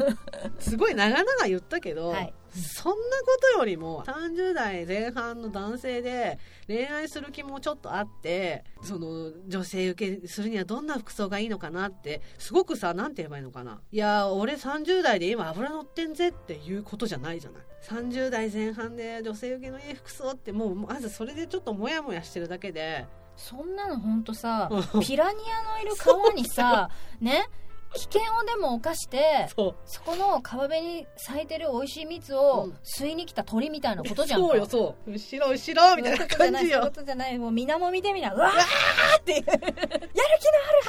[SPEAKER 1] すごい長々言ったけど、
[SPEAKER 2] はい
[SPEAKER 1] そんなことよりも30代前半の男性で恋愛する気もちょっとあってその女性受けするにはどんな服装がいいのかなってすごくさなんて言えばいいのかないやー俺30代で今脂乗ってんぜっていうことじゃないじゃない30代前半で女性受けのいい服装ってもうまずそれでちょっとモヤモヤしてるだけで
[SPEAKER 2] そんなのほんとさ [LAUGHS]
[SPEAKER 1] うん
[SPEAKER 2] ピラニアのいる川にさ [LAUGHS] ね危険をでも犯して
[SPEAKER 1] そう
[SPEAKER 2] そこの川辺に咲いてる美味しい蜜を
[SPEAKER 1] うん
[SPEAKER 2] 吸いに来た鳥みたいなことじゃんか
[SPEAKER 1] そうよそう後ろ後ろみたいな感じ
[SPEAKER 2] そういう
[SPEAKER 1] よ
[SPEAKER 2] ことじゃないそういうことじゃないもう水面見てみなうわーっていうやる気のあるハ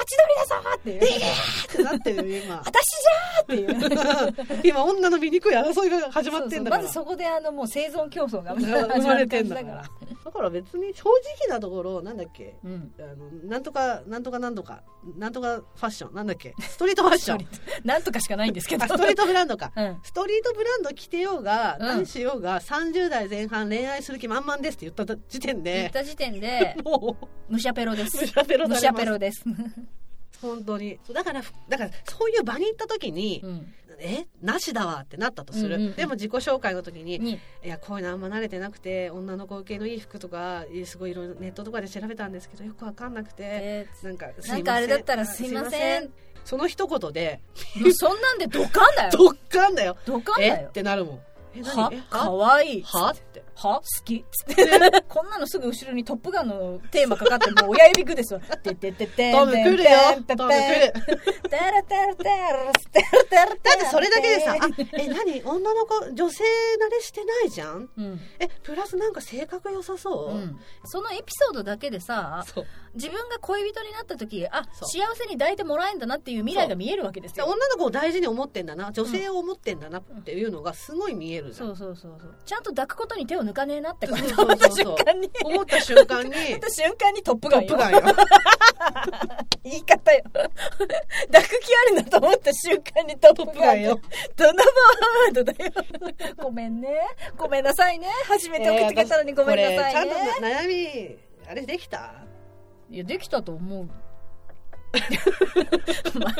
[SPEAKER 2] チドリだぞーっていう
[SPEAKER 1] [LAUGHS] ってなってるよ今
[SPEAKER 2] 私じゃーって
[SPEAKER 1] [LAUGHS]
[SPEAKER 2] いう
[SPEAKER 1] 今女の醜い争いが始まってんだから
[SPEAKER 2] そうそうまずそこであのもう生存競争が
[SPEAKER 1] 生まれてんだか
[SPEAKER 2] 始まる [LAUGHS]
[SPEAKER 1] ら
[SPEAKER 2] 感
[SPEAKER 1] だから別に正直なところなんだっけ
[SPEAKER 2] じだからうん
[SPEAKER 1] あのなんとかなんとかなんとかなんとかファッションなんだっけストリートファッション
[SPEAKER 2] なんとかしかないんですけど
[SPEAKER 1] あストリートブランドか
[SPEAKER 2] うん
[SPEAKER 1] ストリートブランド着てようが
[SPEAKER 2] うん
[SPEAKER 1] 何しようが30代前半恋愛する気満々ですって言った時点
[SPEAKER 2] 言っ
[SPEAKER 1] で
[SPEAKER 2] た時点で
[SPEAKER 1] もう
[SPEAKER 2] むしゃペロです
[SPEAKER 1] むしゃペロ
[SPEAKER 2] む
[SPEAKER 1] だ [LAUGHS]
[SPEAKER 2] しゃペロです
[SPEAKER 1] 本当にそうだからふだからそういう場に行った時に
[SPEAKER 2] うん、
[SPEAKER 1] 「えなしだわ」ってなったとする、
[SPEAKER 2] うんうんうん
[SPEAKER 1] でも自己紹介の時に
[SPEAKER 2] に
[SPEAKER 1] いやこういうのあんま慣れてなくて女の子受けのいい服とかえーすごいいろいろネットとかで調べたんですけどよくわかんなくて
[SPEAKER 2] え
[SPEAKER 1] なんかすいません
[SPEAKER 2] ーなんかあれだったらすいません
[SPEAKER 1] すいその一言で
[SPEAKER 2] もうそんなんでドカンだよ
[SPEAKER 1] ドッカンだよ
[SPEAKER 2] ドカンだ
[SPEAKER 1] えっ
[SPEAKER 2] よ
[SPEAKER 1] てなるもんえ何
[SPEAKER 2] は
[SPEAKER 1] え
[SPEAKER 2] かわいい
[SPEAKER 1] はって
[SPEAKER 2] は好きこんなのすぐ後ろに「トップガン」のテーマかかってもう親指くですよ「てててて
[SPEAKER 1] トム来るよト
[SPEAKER 2] [LAUGHS]
[SPEAKER 1] ム来る
[SPEAKER 2] テラテラテラテラテラテ
[SPEAKER 1] だってそれだけでさ「あえ何女の子女性慣れしてないじゃん
[SPEAKER 2] うん、
[SPEAKER 1] えプラスなんか性格良さそう
[SPEAKER 2] う、ん、そのエピソードだけでさ
[SPEAKER 1] そう
[SPEAKER 2] 自分が恋人になった時あ
[SPEAKER 1] そう
[SPEAKER 2] 幸せに抱いてもらえんだなっていう未来が見えるわけです
[SPEAKER 1] で
[SPEAKER 2] よ
[SPEAKER 1] 女の子を大事に思ってんだな女性を思ってんだなっていうのがすごい見えるじゃん、
[SPEAKER 2] そうそうそうそうちゃんと抱くことに手を抜かねえなって感じ
[SPEAKER 1] そうそうそうそう
[SPEAKER 2] 思った瞬間に
[SPEAKER 1] 思った瞬間に
[SPEAKER 2] 思った瞬間にトッ
[SPEAKER 1] 「ト
[SPEAKER 2] プガン
[SPEAKER 1] ッ
[SPEAKER 2] よ
[SPEAKER 1] プガンよ」 [LAUGHS]
[SPEAKER 2] 言い方よ [LAUGHS] 抱く気あるなと思った瞬間にトップガンよドナバーワードだよ [LAUGHS] ごめんねごめんなさいね初めて送ってくれたのにごめんなさいね
[SPEAKER 1] これ、
[SPEAKER 2] [LAUGHS]
[SPEAKER 1] ちゃんと悩みあれできた
[SPEAKER 2] いやできたと思う [LAUGHS] まあ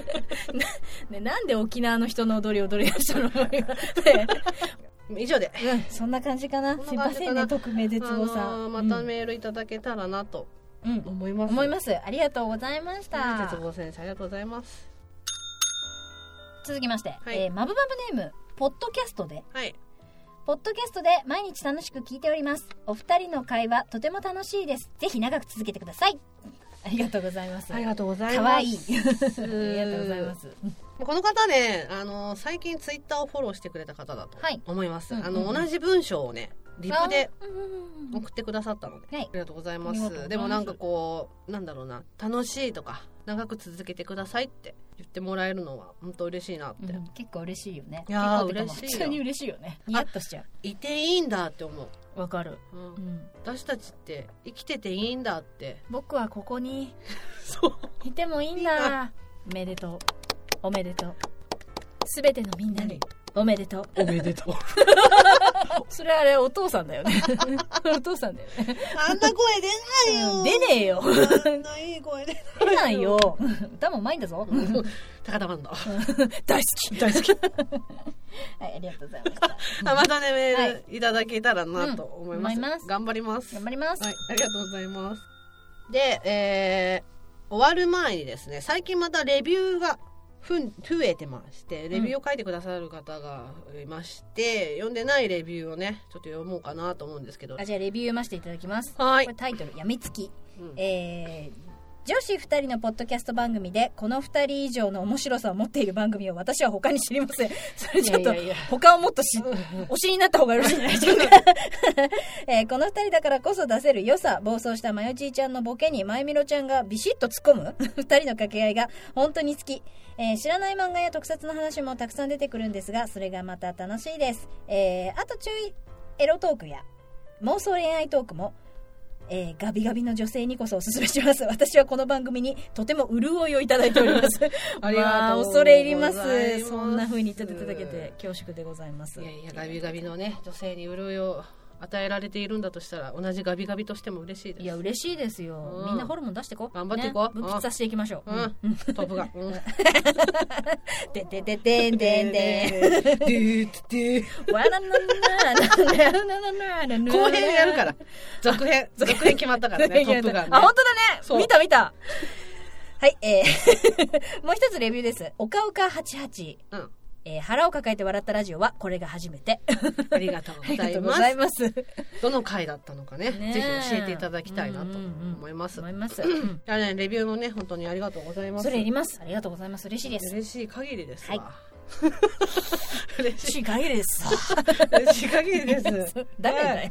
[SPEAKER 2] なね、なんで沖縄の人の踊り踊りやしたのね
[SPEAKER 1] 以上で、
[SPEAKER 2] うんそんな感じかな
[SPEAKER 1] そんな感じかな
[SPEAKER 2] 匿名
[SPEAKER 1] あのーまたメールいただけたらなと
[SPEAKER 2] うんうん
[SPEAKER 1] 思います、
[SPEAKER 2] 思いますありがとうございました
[SPEAKER 1] 絶望先生ありがとうございます
[SPEAKER 2] 続きまして、
[SPEAKER 1] はい
[SPEAKER 2] えーマブマブネームポッドキャストで
[SPEAKER 1] はい
[SPEAKER 2] ポッドキャストで毎日楽しく聞いておりますお二人の会話とても楽しいですぜひ長く続けてくださいありがとうございます
[SPEAKER 1] ありがとうございます
[SPEAKER 2] かわいいあ
[SPEAKER 1] り
[SPEAKER 2] りがとうございます
[SPEAKER 1] この方ねあのー最近ツイッターをフォローしてくれた方だと
[SPEAKER 2] はい
[SPEAKER 1] 思います、
[SPEAKER 2] うんうん
[SPEAKER 1] あの同じ文章をねリプで
[SPEAKER 2] あーうんうんうん
[SPEAKER 1] 送ってくださったので、
[SPEAKER 2] はい
[SPEAKER 1] ありがとうござい
[SPEAKER 2] あ
[SPEAKER 1] ま
[SPEAKER 2] り
[SPEAKER 1] す
[SPEAKER 2] がとうございます
[SPEAKER 1] でもなんかこうなんだろうな楽しいとか長く続けてくださいって言ってもらえるのは本当嬉しいなって、
[SPEAKER 2] うん結構嬉しいよね
[SPEAKER 1] いやー
[SPEAKER 2] 結構ってかまあ
[SPEAKER 1] 嬉しいよ
[SPEAKER 2] 普通に嬉しいよねニヤッとしちゃ
[SPEAKER 1] いていいんだって思う、
[SPEAKER 2] うわかる、
[SPEAKER 1] うん
[SPEAKER 2] うん、
[SPEAKER 1] 私たちって生きてていいんだって
[SPEAKER 2] 僕はここに
[SPEAKER 1] そう
[SPEAKER 2] いてもいいん
[SPEAKER 1] いい
[SPEAKER 2] だおめでとうおめでとうすべてのみんなにおめでとう
[SPEAKER 1] おめでとう
[SPEAKER 2] それあれお父さんだよね [LAUGHS] お父さんだよね
[SPEAKER 1] あんな声出ないよ
[SPEAKER 2] 出ねえよ
[SPEAKER 1] あんないい声出
[SPEAKER 2] 出ないよ歌もうまいんだぞ
[SPEAKER 1] ないよ高田バンド
[SPEAKER 2] 大好き
[SPEAKER 1] 大好
[SPEAKER 2] [LAUGHS]
[SPEAKER 1] き
[SPEAKER 2] はいありがとうございました
[SPEAKER 1] あまたねメ
[SPEAKER 2] は
[SPEAKER 1] ールいただけたらなと思います,、
[SPEAKER 2] うん思います
[SPEAKER 1] 頑張ります
[SPEAKER 2] 頑張ります、
[SPEAKER 1] はい、ありがとうございます。で、えー終わる前にですね、最近またレビューがふん増えてまして、レビューを書いてくださる方がいまして、読んでないレビューをね、ちょっと読もうかなと思うんですけど。
[SPEAKER 2] あじゃあレビュー読ませていただきます
[SPEAKER 1] は
[SPEAKER 2] こ
[SPEAKER 1] い
[SPEAKER 2] れ。タイトル「やみつき」
[SPEAKER 1] うん
[SPEAKER 2] えー女子2人のポッドキャスト番組でこの2人以上の面白さを持っている番組を私は他に知りませんそれ [LAUGHS] ちょっと
[SPEAKER 1] いやいやいや
[SPEAKER 2] 他をもっとし推しになった方がよろしいんじゃないでしょうか、 [LAUGHS] えーこの2人だからこそ出せる良さ暴走したまよちーちゃんのボケにまゆみろちゃんがビシッと突っ込む2 [LAUGHS] 人の掛け合いが本当に好き、えー知らない漫画や特撮の話もたくさん出てくるんですがそれがまた楽しいです、えーあと注意エロトークや妄想恋愛トークもえーガビガビの女性にこそおすすめします [LAUGHS] 私はこの番組にとても潤いをいただいております
[SPEAKER 1] ありがとう
[SPEAKER 2] [LAUGHS] まあ
[SPEAKER 1] ございます
[SPEAKER 2] 恐れ入りますそんな風に言っていただけて恐縮でございます
[SPEAKER 1] いやいや、ガビガビのね、女性に潤いを与えられているんだとしたら、同じガビガビとしても嬉しいです。
[SPEAKER 2] いや嬉しいですよ、
[SPEAKER 1] うん
[SPEAKER 2] みんなホルモン出してこ
[SPEAKER 1] 頑張っていこう
[SPEAKER 2] ね分泌させていきましょう、
[SPEAKER 1] う
[SPEAKER 2] うん
[SPEAKER 1] ん、トッ
[SPEAKER 2] [LAUGHS]
[SPEAKER 1] プガン。うん
[SPEAKER 2] ででででんでんで
[SPEAKER 1] でーでー
[SPEAKER 2] んわらなななななななな
[SPEAKER 1] 後編やるから。続
[SPEAKER 2] [LAUGHS]
[SPEAKER 1] 編、続編決まったからね、トップガン、ね。
[SPEAKER 2] あ本当だね
[SPEAKER 1] そう
[SPEAKER 2] 見た見たはいえーもう一つレビューですおかおか88
[SPEAKER 1] うん。
[SPEAKER 2] えー腹を抱えて笑ったラジオはこれが初めて
[SPEAKER 1] ありがとう
[SPEAKER 2] あ
[SPEAKER 1] ご
[SPEAKER 2] りが
[SPEAKER 1] ざ
[SPEAKER 2] と
[SPEAKER 1] いう
[SPEAKER 2] ご
[SPEAKER 1] ま
[SPEAKER 2] ざ
[SPEAKER 1] す
[SPEAKER 2] い。ます
[SPEAKER 1] どの回だったのかね
[SPEAKER 2] ね
[SPEAKER 1] ぜひ教えていただきたいなと
[SPEAKER 2] うんうんうん
[SPEAKER 1] 思います。
[SPEAKER 2] 思います、うん
[SPEAKER 1] いやね、レビューもね本当にありがとうございます。
[SPEAKER 2] それいりますありがとうございます嬉しいです
[SPEAKER 1] 嬉しい限りです
[SPEAKER 2] は
[SPEAKER 1] わ。 [LAUGHS] 嬉しい
[SPEAKER 2] 嬉しい限りです
[SPEAKER 1] 嬉しい限りです。
[SPEAKER 2] [LAUGHS] 誰だよ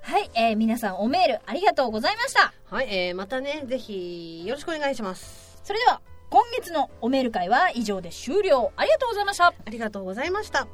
[SPEAKER 2] はい、えー皆さんおメールありがとうございました
[SPEAKER 1] はい、えー、またねぜひよろしくお願いします。
[SPEAKER 2] それでは今月のおメール会は以上で終了ありがとうございました
[SPEAKER 1] ありがとうございました。